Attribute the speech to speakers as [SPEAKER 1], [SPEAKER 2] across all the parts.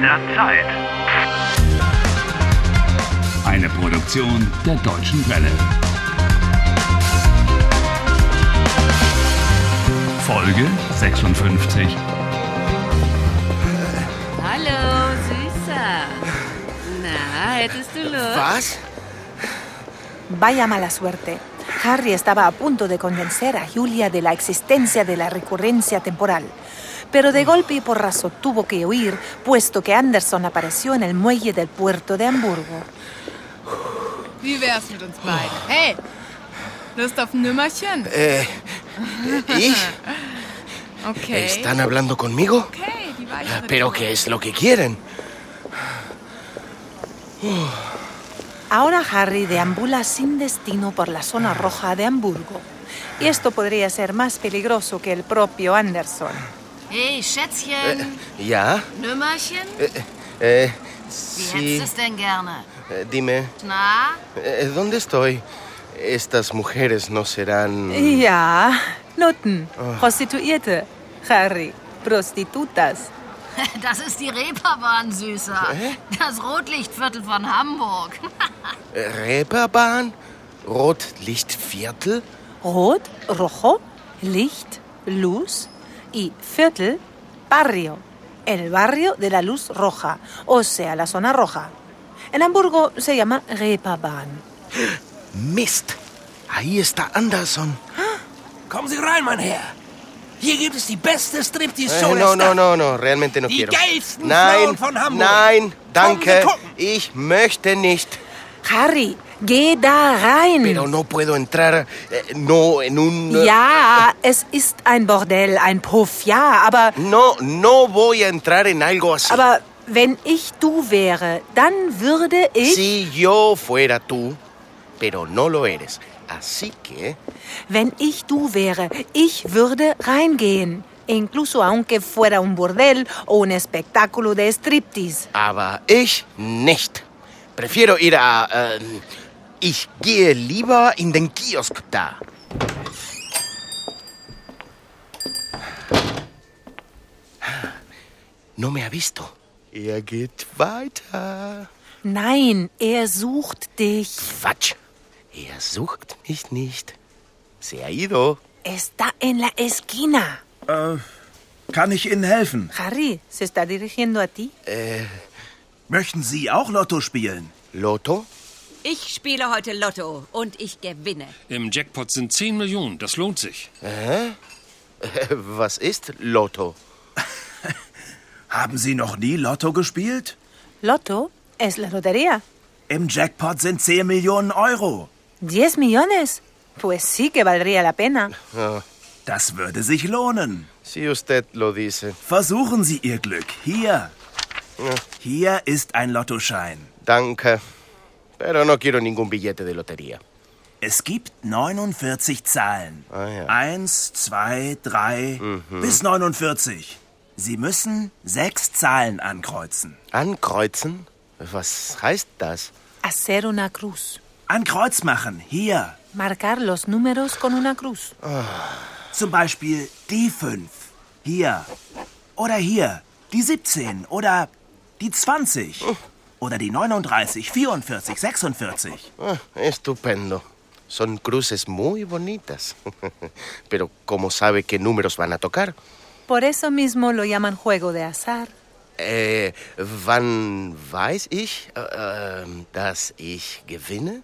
[SPEAKER 1] der Zeit.
[SPEAKER 2] Eine Produktion der Deutschen Welle. Folge 56.
[SPEAKER 3] Hallo, Süßer. Na, Ah, hättest du Lust?
[SPEAKER 4] Was?
[SPEAKER 5] Vaya mala suerte. Harry estaba a punto de convencer a Julia de la existencia de la recurrencia temporal, pero de golpe y porrazo tuvo que huir, puesto que Anderson apareció en el muelle del puerto de Hamburgo.
[SPEAKER 6] Wie wär's mit uns beiden? Hey, Lust auf ein Nümmerchen?
[SPEAKER 4] Eh, ¿Y?
[SPEAKER 6] Okay.
[SPEAKER 4] ¿Están hablando conmigo?
[SPEAKER 6] Okay, die weitere.
[SPEAKER 4] ¿Pero qué es lo que quieren?
[SPEAKER 5] Ahora Harry deambula sin destino por la zona roja de Hamburgo, y esto podría ser más peligroso que el propio Anderson.
[SPEAKER 3] Hey, Schätzchen.
[SPEAKER 4] ¿Ya?
[SPEAKER 3] Nümmerchen?
[SPEAKER 4] Eh, eh,
[SPEAKER 3] Wie
[SPEAKER 4] sí.
[SPEAKER 3] hättest du es denn gerne?
[SPEAKER 4] Eh, dime,
[SPEAKER 3] Na?
[SPEAKER 4] eh, ¿dónde estoy? Estas mujeres no serán... eh,
[SPEAKER 5] Ja, Nutten, Prostituierte, Harry, Prostitutas.
[SPEAKER 3] Das ist die Reeperbahn, Süßer.
[SPEAKER 4] Hä?
[SPEAKER 3] Das Rotlichtviertel von Hamburg.
[SPEAKER 4] Eh, Reeperbahn? Rotlichtviertel?
[SPEAKER 5] Rot, rojo, Licht, luz y viertel, barrio. El barrio de la luz roja, o sea, la zona roja. En Hamburgo se llama Reeperbahn.
[SPEAKER 4] Mist. Ahí está Anderson.
[SPEAKER 7] Kommen Sie rein, mein Herr. Hier gibt es die beste
[SPEAKER 4] Eh,
[SPEAKER 7] Striptease-Show
[SPEAKER 4] no,
[SPEAKER 7] der
[SPEAKER 4] no,
[SPEAKER 7] Stadt.
[SPEAKER 4] no, no, realmente no
[SPEAKER 7] Die
[SPEAKER 4] quiero.
[SPEAKER 7] geilsten
[SPEAKER 4] nein,
[SPEAKER 7] Frauen von Hamburg.
[SPEAKER 4] nein, danke.
[SPEAKER 7] Kommen Sie gucken.
[SPEAKER 4] Ich möchte nicht.
[SPEAKER 5] Harry, geh da rein.
[SPEAKER 4] Pero no puedo entrar, eh, no en un...
[SPEAKER 5] ja, es ist ein Bordell, ein Puff, ja, aber,
[SPEAKER 4] No, no voy a entrar en algo así.
[SPEAKER 5] aber wenn ich du wäre, dann würde ich,
[SPEAKER 4] Si yo fuera tú, pero no lo eres. Así que...
[SPEAKER 5] wenn ich du wäre, ich würde reingehen. Incluso aunque fuera un bordel o un espectáculo de striptease.
[SPEAKER 4] Aber ich nicht. Prefiero ir a... ähm, ich gehe lieber in den Kiosk da. No me ha visto. Er geht weiter.
[SPEAKER 5] Nein, er sucht dich.
[SPEAKER 4] Quatsch. Er sucht mich nicht. Se ha ido.
[SPEAKER 5] Está en la esquina.
[SPEAKER 7] Kann ich Ihnen helfen?
[SPEAKER 5] Harry, se está dirigiendo a ti.
[SPEAKER 7] Möchten Sie auch Lotto spielen?
[SPEAKER 4] Lotto?
[SPEAKER 8] Ich spiele heute Lotto und ich gewinne.
[SPEAKER 9] Im Jackpot sind 10 Millionen, das lohnt sich.
[SPEAKER 4] Äh, Was ist Lotto?
[SPEAKER 7] Haben Sie noch nie Lotto gespielt?
[SPEAKER 5] Lotto es la lotería.
[SPEAKER 7] Im Jackpot sind 10 Millionen Euro.
[SPEAKER 5] 10 millones. Pues sí que valdría la pena.
[SPEAKER 7] Das würde sich lohnen.
[SPEAKER 4] Si usted lo dice.
[SPEAKER 7] Versuchen Sie Ihr Glück. Hier. Hier ist ein Lottoschein.
[SPEAKER 4] Danke. Pero no quiero ningún billete de lotería.
[SPEAKER 7] Es gibt 49 Zahlen.
[SPEAKER 4] Ah, ja. Mhm.
[SPEAKER 7] Eins, zwei, drei bis 49. Sie müssen sechs Zahlen ankreuzen.
[SPEAKER 4] Ankreuzen? Was heißt das?
[SPEAKER 5] Hacer una cruz.
[SPEAKER 7] Ein Kreuz machen, hier.
[SPEAKER 5] Marcar los números con una cruz.
[SPEAKER 7] Zum Beispiel die 5. Hier. Oder hier. Die 17. Oder die 20. Oder die 39, 44, 46.
[SPEAKER 4] Ah, estupendo. Son cruces muy bonitas. Pero ¿cómo sabe qué números van a tocar?
[SPEAKER 5] Por eso mismo lo llaman juego de azar.
[SPEAKER 4] Äh, wann weiß ich, äh, ähm, dass ich gewinne?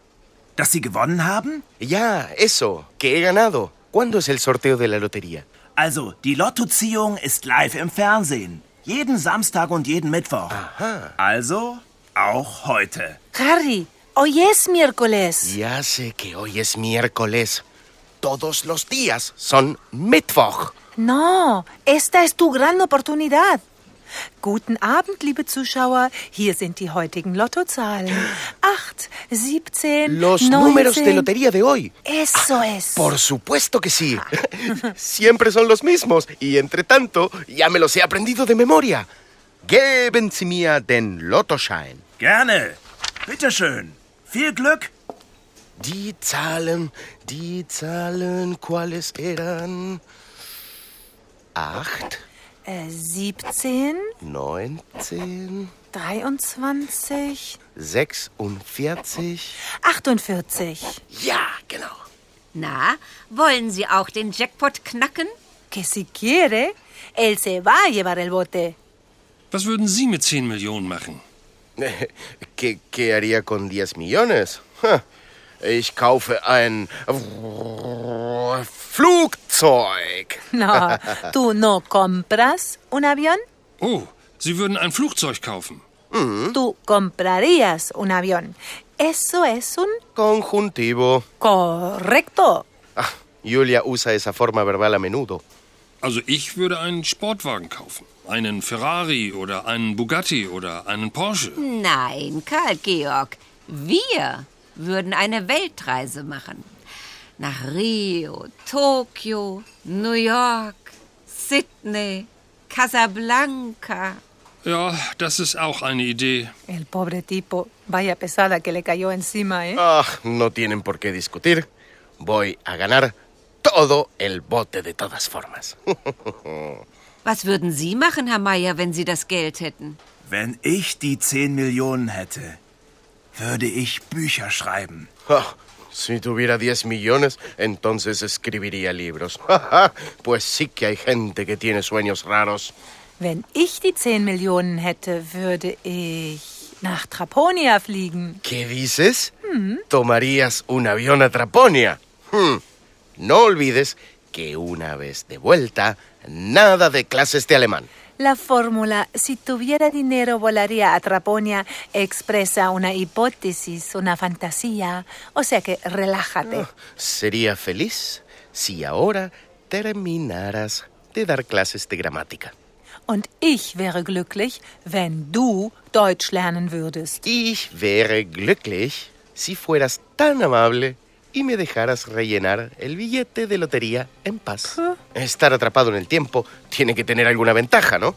[SPEAKER 7] Dass Sie gewonnen haben?
[SPEAKER 4] Ja, eso, que he ganado. ¿Cuándo es el sorteo de la lotería?
[SPEAKER 7] Also, die Lottoziehung ist live im Fernsehen. Jeden Samstag und jeden Mittwoch. Also, auch heute.
[SPEAKER 5] Harry, hoy es miércoles.
[SPEAKER 4] Ya sé que hoy es miércoles. Todos los días son Mittwoch.
[SPEAKER 5] No, esta es tu gran Oportunidad. Guten Abend, liebe Zuschauer. Hier sind die heutigen Lottozahlen. 8, 17,
[SPEAKER 4] Los
[SPEAKER 5] 19.
[SPEAKER 4] números de lotería de hoy.
[SPEAKER 5] Eso es.
[SPEAKER 4] Por supuesto que sí. Siempre son los mismos y entre tanto ya me los he aprendido de memoria. Geben Sie mir den Lottoschein.
[SPEAKER 7] Gerne. Bitteschön. Viel Glück.
[SPEAKER 4] Die Zahlen, die Zahlen, ¿cuáles eran? Acht,
[SPEAKER 5] Äh, 17,
[SPEAKER 4] 19,
[SPEAKER 5] 23,
[SPEAKER 4] 46.
[SPEAKER 5] 48.
[SPEAKER 4] Ja, genau.
[SPEAKER 8] Na, wollen Sie auch den Jackpot knacken?
[SPEAKER 5] Que si quiere, él se va a llevar el bote.
[SPEAKER 9] Was würden Sie mit 10 Millionen machen?
[SPEAKER 4] ¿Qué, qué haría con 10 millones? Ja, Ich kaufe ein Flugzeug.
[SPEAKER 5] No, ¿tú no compras un avión?
[SPEAKER 9] Oh, Sie würden ein Flugzeug kaufen.
[SPEAKER 4] ¿Mm?
[SPEAKER 5] Tú comprarías un avión. Eso es un
[SPEAKER 4] Konjuntivo.
[SPEAKER 5] correcto.
[SPEAKER 4] Ah, Julia usa esa forma verbal a menudo.
[SPEAKER 9] Also ich würde einen Sportwagen kaufen. Einen Ferrari oder einen Bugatti oder einen Porsche. Hm.
[SPEAKER 8] Nein, Karl Georg, wir würden eine Weltreise machen. Nach Rio, Tokio, New York, Sydney, Casablanca.
[SPEAKER 9] Ja, das ist auch eine Idee.
[SPEAKER 5] El pobre tipo, vaya pesada que le cayó encima, ¿eh?
[SPEAKER 4] Ah, no tienen por qué discutir. Voy a ganar todo el bote de todas formas.
[SPEAKER 8] Was würden Sie machen, Herr Meier, wenn Sie das Geld hätten?
[SPEAKER 7] Wenn ich die 10 Millionen hätte, würde ich Bücher schreiben.
[SPEAKER 4] Ah, si tuviera 10 millones, entonces escribiría libros. pues sí que hay gente que tiene sueños raros.
[SPEAKER 5] Wenn ich die 10 Millionen hätte, würde ich nach Traponia fliegen.
[SPEAKER 4] ¿Qué dices? ¿Tomarías un avión a Traponia? Hmm. No olvides que una vez de vuelta, nada de clases de alemán.
[SPEAKER 5] La fórmula, si tuviera dinero volaría a Traponia, expresa una hipótesis, una fantasía. O sea que relájate.
[SPEAKER 4] Sería feliz si ahora terminaras de dar clases de gramática.
[SPEAKER 5] Und ich wäre glücklich, wenn du Deutsch lernen würdest.
[SPEAKER 4] Ich wäre glücklich si fueras tan amable y me dejaras rellenar el billete de lotería en paz. Estar atrapado en el tiempo tiene que tener alguna ventaja, ¿no?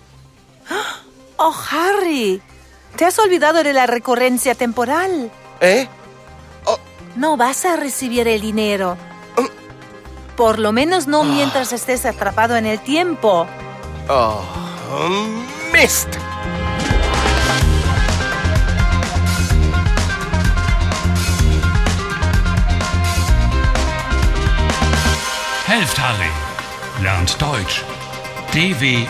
[SPEAKER 5] Oh, Harry, te has olvidado de la recurrencia temporal.
[SPEAKER 4] ¿Eh?
[SPEAKER 5] No vas a recibir el dinero. Por lo menos no mientras estés atrapado en el tiempo.
[SPEAKER 4] Oh, mist!
[SPEAKER 2] Helft Harry. Lernt Deutsch. dw.com/harry.